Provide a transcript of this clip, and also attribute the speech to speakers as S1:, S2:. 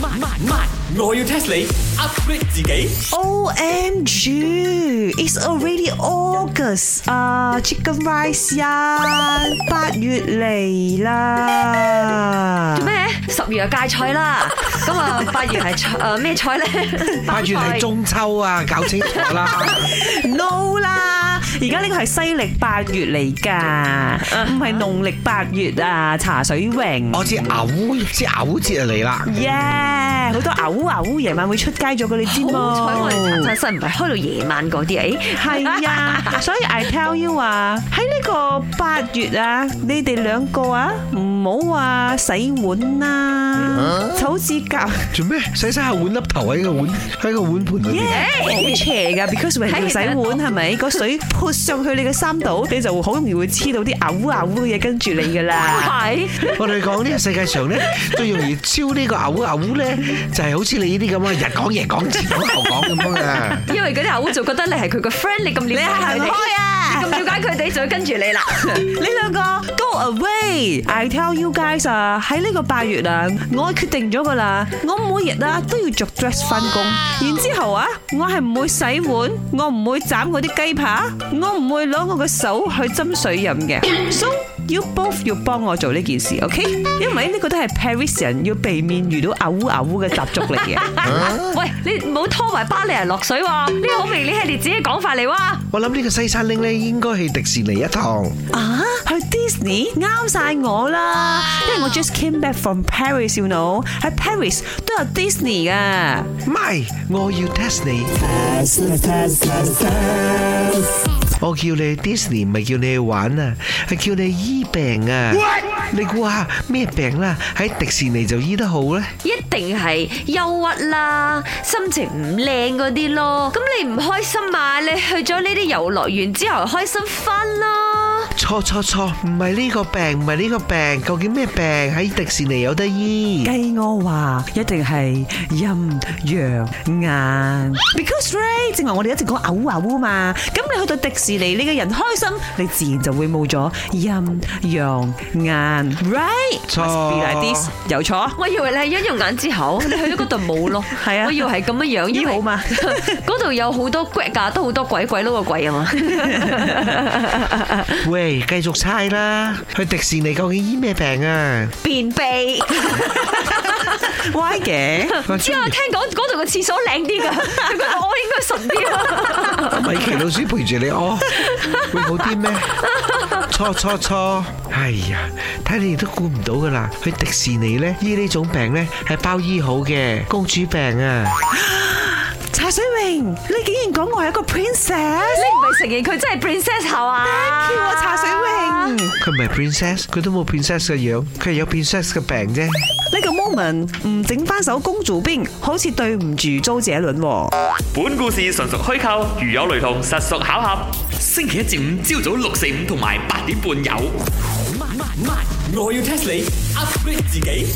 S1: 慢慢慢，我要 test 你 upgrade 自己。
S2: OMG! It's already August 啊，Chicken Rice 啊，八月嚟啦
S3: 做。咩？十月啊芥菜啦， 咁啊八月係菜誒咩菜咧？
S4: 八月係中秋啊，搞清楚啦！
S2: No 啦，而家呢個係西歷八月嚟㗎，
S3: Uh-huh.
S2: 唔係農曆八月啊，茶水榮。
S3: Oh.
S4: 我知牛，知牛節就嚟啦。
S2: 耶！好多嘔嘔，夜晚會出街咗嘅，你知冇？
S3: 好彩我哋茶餐室唔係開到夜晚嗰啲，誒
S2: 係 啊，所以 I tell you 啊，喺呢個八月啊，你哋兩個啊，唔好話洗碗啦，手指甲
S4: 做咩？洗洗下碗粒頭喺個碗喺個碗盤裏邊。
S3: 哎
S2: 好邪噶，because when
S3: 睇
S2: 你
S3: 你
S2: 洗碗係咪個水潑上去你嘅衫度，你就好容易會黐到啲嘔嘔嘅嘢跟住你噶 啦。
S3: 係
S4: 我哋講呢個世界上咧，最容易招呢個牛牛咧，就係好似你呢啲咁啊，日講夜講，前講後講咁樣啊。
S3: 因為嗰啲牛就覺得你係佢個 friend，你咁了解佢
S2: 啊
S3: 哋，咁了解佢哋就會跟住你啦。
S2: 你兩個 go away！I tell you guys 啊，喺呢個八月啊，我決定咗噶啦，我每日啊都要着 dress 翻工，然之後啊，我係唔會洗碗，我唔會斬嗰啲雞扒，我唔會攞我嘅手去斟水飲嘅。So you both 要幫我做呢件事，OK？因為呢個都係 Paris 人要避免遇到嘔嘔嘅習俗嚟嘅。
S4: 啊
S3: 喂，你唔好拖埋巴黎人落水喎，呢個好明顯係你自己嘅講法嚟喎。
S4: 我諗呢個西餐拎咧，應該去迪士尼一趟。
S2: 啊，去 Disney 啱晒我啦，因為我 just came back from Paris，you know，喺 Paris 都有 Disney 噶。
S4: 唔係，我要 test 你。我叫你去 Disney 唔係叫你去玩啊，係叫你醫病啊。你估下咩病啦？喺迪士尼就醫得好咧？
S3: 一定係憂鬱啦，心情唔靚嗰啲咯。咁你唔開心啊？你去咗呢啲遊樂園之後，開心翻啦。
S4: 錯錯錯，唔係呢個病，唔係呢個病，究竟咩病喺迪士尼有得醫？
S2: 計我話一定係陰陽眼，because right，正話我哋一直講嘔嘔啊嘛，咁你去到迪士尼，你嘅人開心，你自然就會冇咗陰陽眼，right？
S4: 錯
S2: Must be like this，有錯？
S3: 我以為你係一用眼之後，你去咗嗰度冇咯。
S2: 係啊
S3: 我以為係咁樣樣，
S2: 醫
S3: 因為
S2: 好嘛
S3: 嗰度有好多鬼噶，都好多鬼鬼佬個鬼啊 嘛。
S4: 喂，繼續猜啦，去迪士尼究竟醫咩病啊？
S3: 便 秘，
S2: 歪嘅。
S3: 唔知啊，聽講嗰度個廁所靚 啲噶，佢嗰度屙應該順啲啊。
S4: 米奇老師陪住你屙，會好啲咩？錯錯錯！哎呀，睇你哋都估唔到噶啦！去迪士尼咧，醫呢種病咧係包醫好嘅，公主病啊！
S2: 茶水榮，你竟然講我係一個 princess？
S3: 你唔係承認佢真係 princess 係嘛
S2: 叫我茶水榮。
S4: 佢唔係 princess，佢都冇 princess 嘅樣，佢係有 princess 嘅病啫。
S2: 呢個 moment 唔整翻首公主兵，好似對唔住周杰倫喎。
S5: 本故事純屬虛構，如有雷同，實屬巧合。
S1: 星期一至五朝早六四五同埋八點半有。慢慢慢，我要 test 你 upgrade 自己。